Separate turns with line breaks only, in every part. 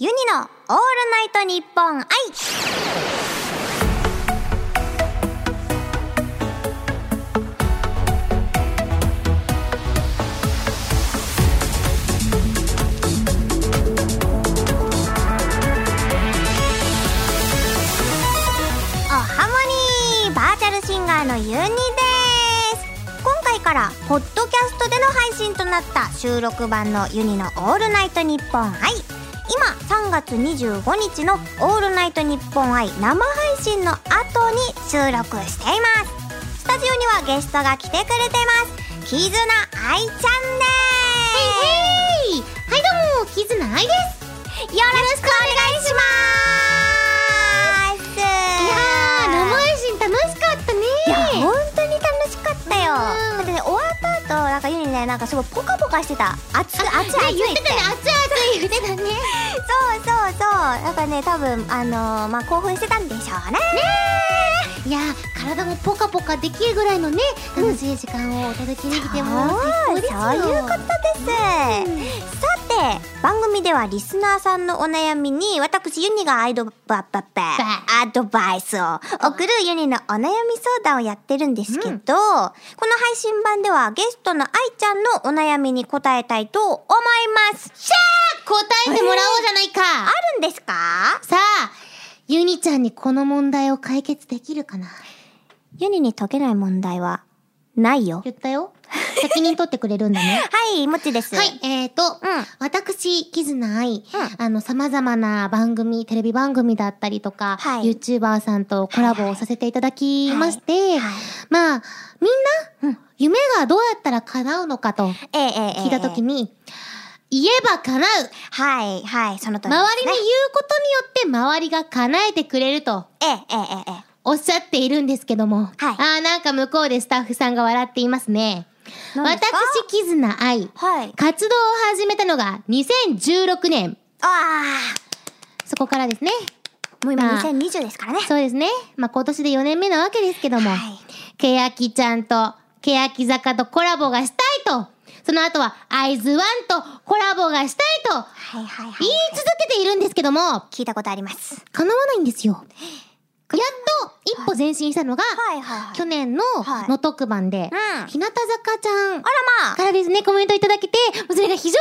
ユニのオールナイトニッポン愛おハモニーバーチャルシンガーのユニです今回からポッドキャストでの配信となった収録版のユニのオールナイトニッポン愛今3月25日の「オールナイトニッポン愛」生配信の後に収録していますスタジオにはゲストが来てくれてますキズナアイちゃんです
はいどうもキズナアイです
よろしくお願いしますい
いやー生配信楽しかったね
いや本当に楽しかったよ、
うん
だってね終わった後なんかユニねなんかすごいポカポカしてた熱く
あ
熱い熱い
言
っ
っててたね熱々言ってたねね
そうそうそうなんかね多分あのー、まあ興奮してたんでしょうね
いや体もポカポカできるぐらいのね楽しい時間をお届けできてもら
そう
って最
そう
高ですよ
いうことです、さて番組ではリスナーさんのお悩みに私ユニがアイドバッバッバアドバイスを送るユニのお悩み相談をやってるんですけど、
うん
この配信版ではゲストの愛ちゃんのお悩みに答えたいと思います
しゃー答えてもらおうじゃないか、
あるんですか
さあゆにちゃんにこの問題を解決できるかな
ユニに解けない問題はないよ
言った よ責任取ってくれるんだね
はいもちです
はいえーと、
うん
私、キズナアイ、あの、様々な番組、テレビ番組だったりとか、
はい
YouTuber さんとコラボをさせていただきまして、まあ、みんな、
うん
夢がどうやったら叶うのかと
ええええええ
聞いたときに、言えば叶う
はいはいその通りですね
周りに言うことによって周りが叶えてくれると
ええええええええ
おっしゃっているんですけども、
はい
あーなんか向こうでスタッフさんが笑っていますね。
何
私
ですか、
キズナアイ、
はい
活動を始めたのが2016年。
あ
そこからですね。
あもう今
まあ
2020ですからね。
そうですね。まあ、今年で4年目なわけですけども、
はい
けやきちゃんと、けやき坂とコラボがしたいと、その後は、アイズワンとコラボがしたいと、
はいはいは
言い
い。
続けているんですけども、
聞いたことあります。
叶わないんですよ。やっと、一歩前進したのが、
はいはいはい。
去年の
はい
の特番で、
うん
日向坂ちゃん
あらまあ
からですね、コメントいただけて、もうそれが非常に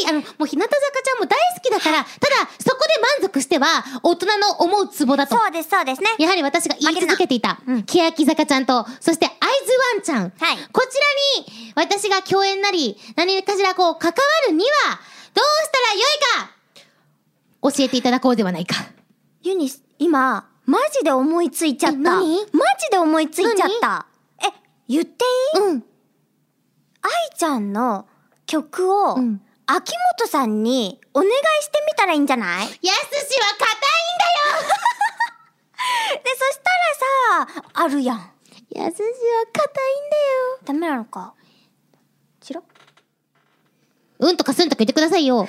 嬉しい。あの、もう日向坂ちゃんも大好きだから、ただ、そこで満足しては、大人の思うツボだと。
そうですそうですね。
やはり私が言い続けていた
負けるなうん、
けやき坂ちゃんと、そして、アイズワンちゃん。
はい
こちらに、私が共演なり、何かしらこう、関わるには、どうしたらよいか教えていただこうではないか。
ユニス今マジで思いついちゃった。
え何
マジで思いついちゃった。え言っていい？
うん。
愛ちゃんの曲を、
うん
秋元さんにお願いしてみたらいいんじゃない？で
やすしは硬
そしたらさあるやん。
いんだよやすしは硬いんだよ
ダメなのか。チロ。
うんとかすんとか言ってくださ いよ。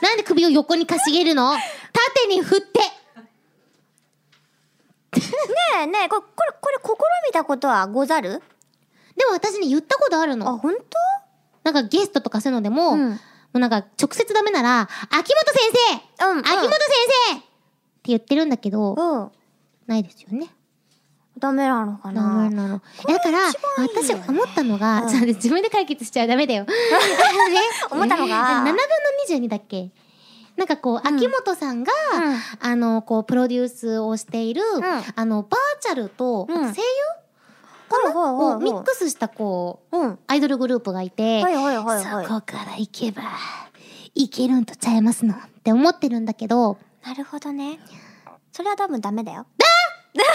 なんで首を横にかしげるの縦に振って。
ねえねえこれこれこれ試みたことはござる？
でも私に言ったことある
あ
の。
本当？
なんかゲストとかそういうのでも、
うん
もうなんか直接ダメなら、秋元先生、
うんうん
秋元先生って言ってるんだけど、
うん。
ないですよね。
ダメなのかな。
なるほど
これ
だから、
一番いいよ
私
ね
思ったのが、
うん
じゃあ自分で解決しちゃダメだよ。ね、
思ったのが
7分の22だっけなんかこう、
ん
秋元さんが、
うん
あの、こう、プロデュースをしている、
ん
あの、バーチャルと、
うん
あと声優
はいはいはいは
を
い
ミックスした、こう、
うん。
アイドルグループがいて、
はいはいはいはい
そこから行けば、いけるんとちゃいますのって思ってるんだけど、
なるほどね。それは多分ダメだ よ。
なんで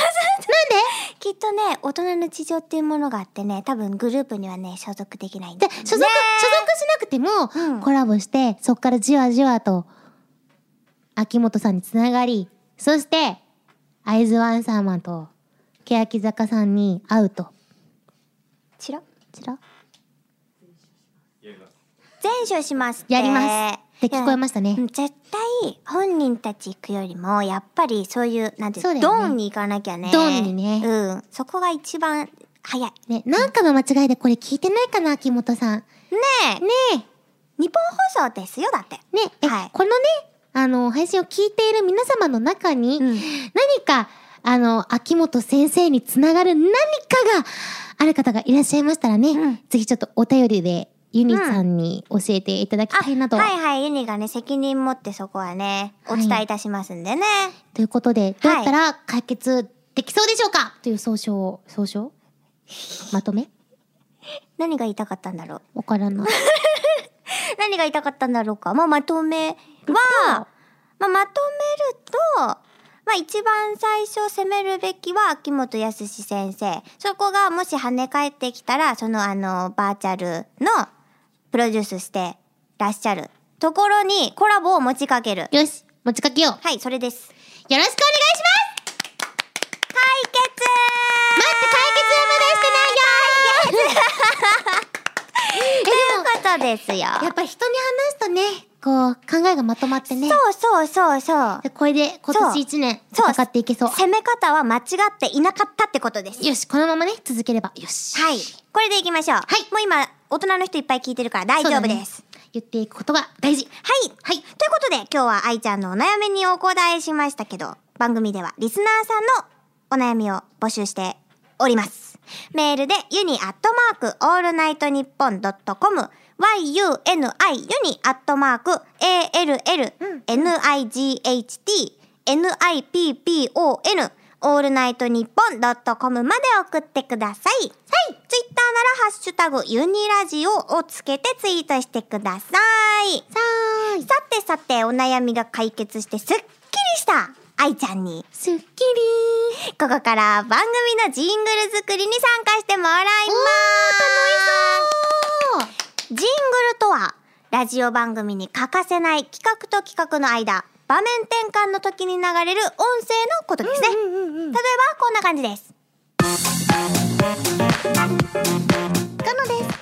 きっとね、大人の事情っていうものがあってね、多分グループにはね、所属できないん
で
だ
所
よね。
属、所属しなくても、
うん
コラボして、そこからじわじわと、秋元さんにつながり、そして、会津ワンサーマンと、欅坂さんに会うと。こ
チロ
ちら
全集しますって。
やります。って聞こえました
いやう
ね。
ん絶対本人たち行くよりもやっぱりそういうなんていう
そう
の
だよね
ドンに行かなきゃね
ドンにね
うんそこが一番早い
ね、なんかの間違いでこれ聞いてないかな、秋元さん。ね
ねえ
え、
日本放送ですよだって
ねえ、
はい
このね、ああの、配信を聞いている皆様の中に、
うん
何か、あの、秋元先生につながる何かがある方がいらっしゃいましたらね、
うん
ぜひちょっとお便りで、ユニさんに教えていただき
あ、
たいなと。
はいはい、ユニがね、責任持ってそこはね、お伝えいたしますんでね。
ということで、どうやったら解決できそうでしょうか、という総称、総称まとめ
何が言いたかったんだろう。
わから ない。
何が言いたかったんだろうか。まあ、まとめは、まあ、まとめると、まあ、一番最初攻めるべきは秋元康先生。そこがもし跳ね返ってきたら、そのあの、バーチャルのプロデュースしてらっしゃるところにコラボを持ちかける。
よし、持ちかけよう。よ
はい、それです。
ろしくお願いします
解決
待って、解決はまだしてないよ
ということですよ。
やっぱ人に話すとね、こう、考えがまとまってね。
そうそうそうそう。
でこれで今
そう
年一年
そう
戦っていけそう。
攻め方は間違っていなかったってことです。
よし、このままね、続ければ。よし。
はい。これでいきましょう。はいもう今、大人の人いっぱい聞いてるから大
そう
丈夫
だね
です。。
言っていくことが大事。
はい。はい。ということで、今日は愛ちゃんのお悩みにお答えしましたけど、番組ではリスナーさんのお悩みを募集しております。メールで、ユニアットマーク、オールナイトニッポンドットコム、yuni, ユニアットマーク、all, night, nippon, オールナイトニッポンドットコムまで送ってください。はい。ツイッターなら、ハッシュタグ、ユニラジオをつけてツイートしてください。
さーい。
さてさてお悩みが解決してすっきりした愛ちゃんに
すっきり
ここから番組のジングル作りに参加してもらい
ー楽
ます
し
ジングルとはラジオ番組に欠かせない企画と企画の間場面転換の時に流れる音声のことですね、
うんうんうんうん
例えばこんな感じです
かのです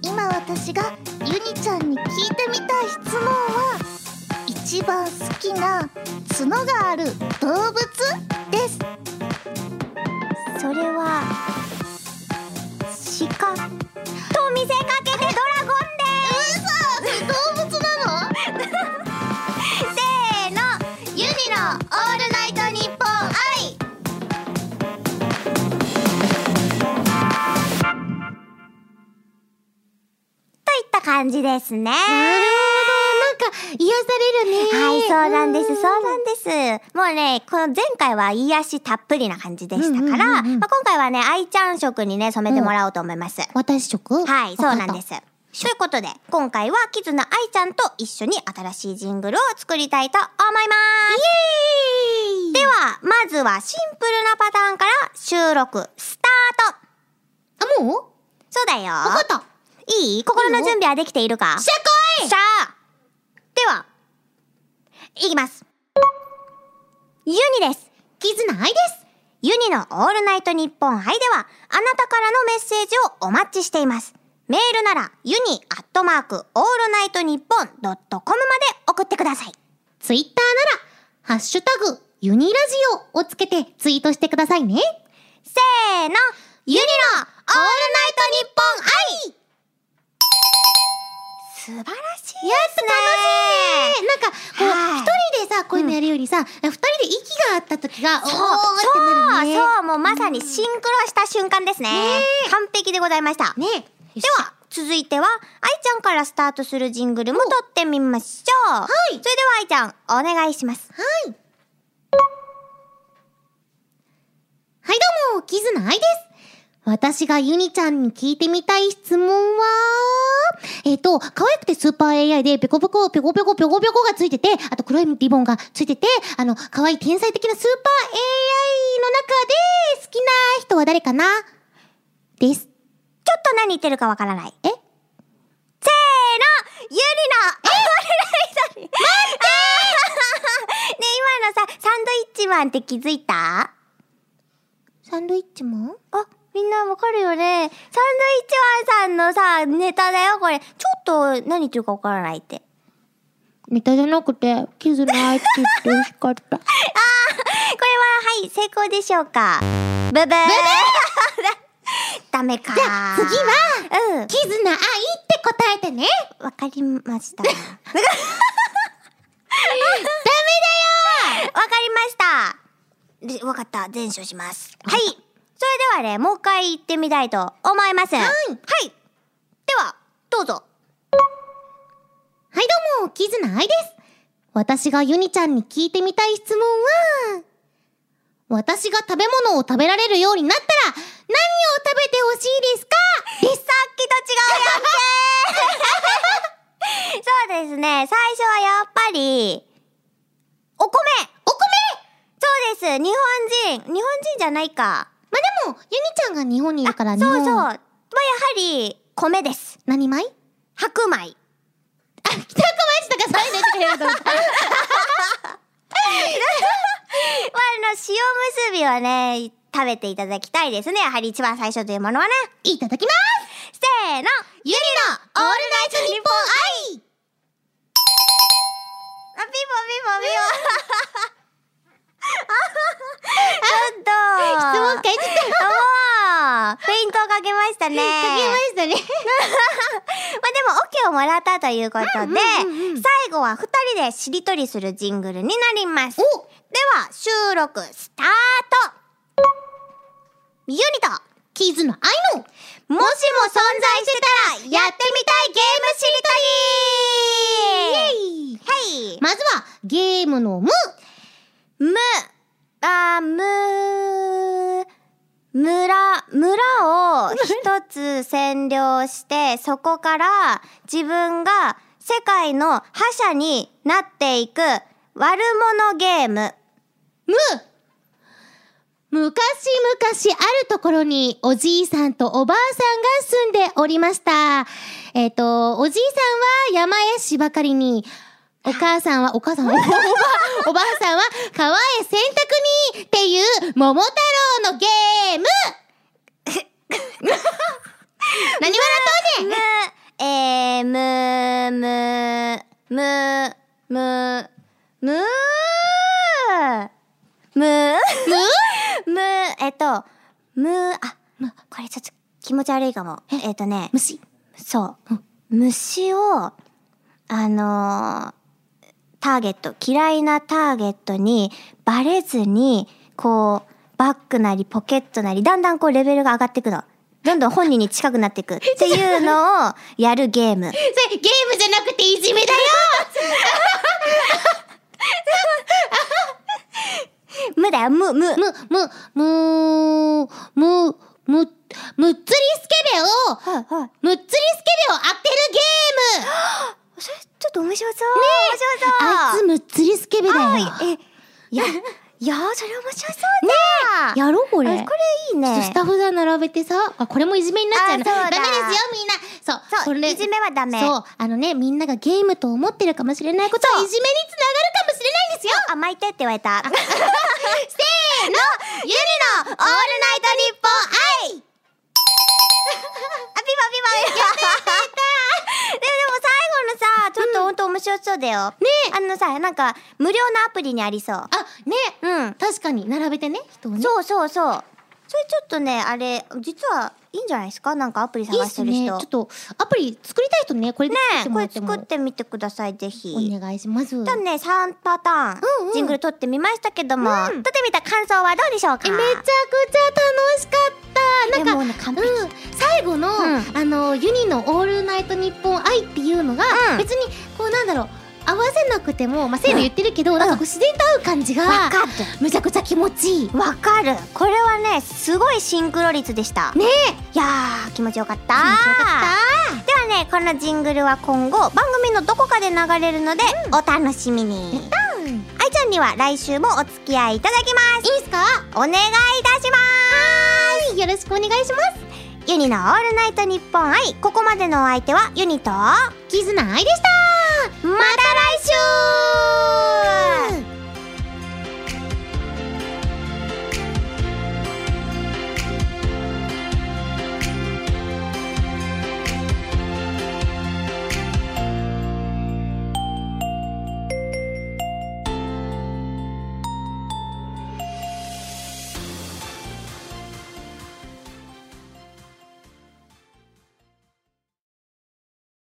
今私がゆにちゃんに聞いてみたい質問は一番好きな角がある動物です
それは鹿と見せかけてドラゴンです
動物なの
せーのユニの「オールナイトニッポン愛」といった感じですね。
なんか、癒されるね。
はい、そうなんです、そう
で
なんです。もうね、この前回は癒したっぷりな感じでしたから、
うんうんうんうん
まあ、今回はね、愛ちゃん色にね、染めてもらおうと思います。
私食。
はい、そうなんですす。ということで、今回はキズナ愛ちゃんと一緒に新しいジングルを作りたいと思います。イエーイでは、まずはシンプルなパターンから収録スタート
あ、もう
そうだよ。
わかった。
いい心の準備はできているか
しゃこい
さあでは、いきます。ユニです。
キズナアイです。
ユニのオールナイトニッポンハイでは、あなたからのメッセージをお待ちしています。メールなら、ユニアットマークオールナイトニッポンドットコムまで送ってください。
ツイッターなら、ハッシュタグ、ユニラジオをつけてツイートしてくださいね。
せーの、ユニのオールナイトニッポン愛素晴らしいですね。
えー、なんか、こう、一、
はい
人でさ、こういうのやるよりさ、二、人で息があった時が、おー
そう
ってなるね。
そうそうもうまさにシンクロした瞬間ですね完璧でございましたで
ね。で
は、続いては愛ちゃんからスタートするジングルも撮ってみましょうはいそれでは愛ちゃんお願いします
はい。はい、どうも、キズナアイです。私がユニちゃんに聞いてみたい質問は、えっ、と、可愛くてスーパー AI でペコペコ、ペコペコ、ペコペコがついてて、あと黒いリボンがついてて、あの、可愛い天才的なスーパー AI の中で好きな人は誰かなで
ちょ
す。
っと何言ってるかわからない
え
せーのユリのオールナイトに待ってねえ今のさサンドイッチマンって気づいた
サンドイッチマン
あ、みんなわかるよね。サンドイッチマンさんのさ、ネタだよ、これ。ちょっと、何言ってるかわからないって。
ネタじゃなくて、キズナアイって言って欲しかった。
これは、はい、成功でしょうか。ブブーダメか。じゃ
次は、
は、
キズナアイって答えてね。
うん。わかりました。わかりましたでわかった全勝しますはいそれではねもう一回行ってみたいと思いますはい、はい、ではどうぞ
はいどうも、キズナアイです。私がユニちゃんに聞いてみたい質問は、私が食べ物を食べられるようになったら、何を食べてほしいですか
さっきと違うやんけ そうですね最初はやっぱりお米お米そうです日本人日本人じゃないか
まあでも、ユニちゃんが日本にいるから
あ
日
そう
本
そうまあやはり米です
何米
白米
あ、北岡真知とかそういうの言ってくれると思った。
まあ、あの、塩むすびはね、食べていただきたいですね。やはり一番最初というものはね。
いただきます
せーの
ユニのオールナイトニッポンアイ
あ、ピンポンピンポンピンポンちょっと
質 問変えてた。か
おーフェイントをかけましたね。ま
けました
あで
ね。
も、オ、ケをもらったということで、
うんうんうん
最後は二人でしりとりするジングルになります。では、収録スタートユニと
キズナアイの
もしも存在してたらやってみたいゲームしりとりイエイはい
まずは、ゲームの無
む、あ、む、村、村を一つ占領して、 そこから自分が世界の覇者になっていく悪者ゲーム。
む昔々あるところにおじいさんとおばあさんが住んでおりました。えっ、と、おじいさんは山へ芝刈りに、お母さんは、お母さんは、おばおばあさんは川へ洗濯にっていう桃太郎のゲーム何笑ったわ
む
ね、
えー、む、む、む、む、む、む、
む
む、えっと、む、あ、これちょっと気持ち悪いかも。えっとね、
虫
そう。虫を、あのーターゲット、嫌いなターゲットにバレずに、こう、バッグなりポケットなり、だんだんこうレベルが上がっていくの。どんどん本人に近くなっていくっていうの をやるゲーム。
それゲームじゃなくていじめだよ
無だよ、無、無。
む、む、む、む、む、むっつりスケベを、
はいはい。
むっつりスケベを当てるゲーム
それちょっと面白そう。
あ
面白そう。
いつむっつりスケベだよ。
あいえ、い や、いや、それ面白そうだ。
やろうこ
こ
れ。
れ、これいい
ちょっと
ね
ス。タッフさん並べてさ、あこれもいじめになっちゃう
あ
な。
そうだ
ダメですよみんな。そう、
そ
こ
う、
れ
いじめはダメ。
そう、あのね、みんながゲームと思ってるかもしれないことは
そう
いじめにつながるかもしれないんですよ
あ、巻いてって言われた。
せーのゆりのオールナイトニッポン愛
あ、ピバピバやったでもでも最後のさ、ちょっとほんと面白そうだよ。ねあのさ、なんか、無料のアプリにありそう。
あ、ね、
うん。
確かに並べてね、人をね。
そうそうそう。それちょっとね、あれ、実はいいんじゃないですかなんかアプリ探
いいっ
して
す
る
ね。ち
人。
ょっとアプリ作りたい人ね、これで
ね
作っ
え、
て
こ
もら
れ作
っても
ってみてください、ぜひ。
お願いします。
一旦ね、3パターン、
うんうん
ジングル撮ってみましたけども、
うん
撮ってみた感想はどうでしょうか
えめちゃくちゃ楽しかった。な
いや
んか
もうね完
うん、最後の、
ん
あのユニのオールナイトニッポン愛っていうのが、
うん
別にこうなんだろう合わせなくてもまあセール言ってるけど、なんかこう自然と合う感じが、
わか
めちゃくちゃ気持ちいい。
るわかるこれはね、すごいシンクロ率でした。
ね
いやー、気持ちよかった
気持ちよか
ではね、このジングルは今後、番組のどこかで流れるので、お楽しみに。
うんいい
愛ちゃんには来週もお付き合いいただきます。
っすか？
お願いいたします
よろしくお願いします。
ユニのオールナイトニッポン愛、ここまでのお相手はユニと、
キズナ愛でした。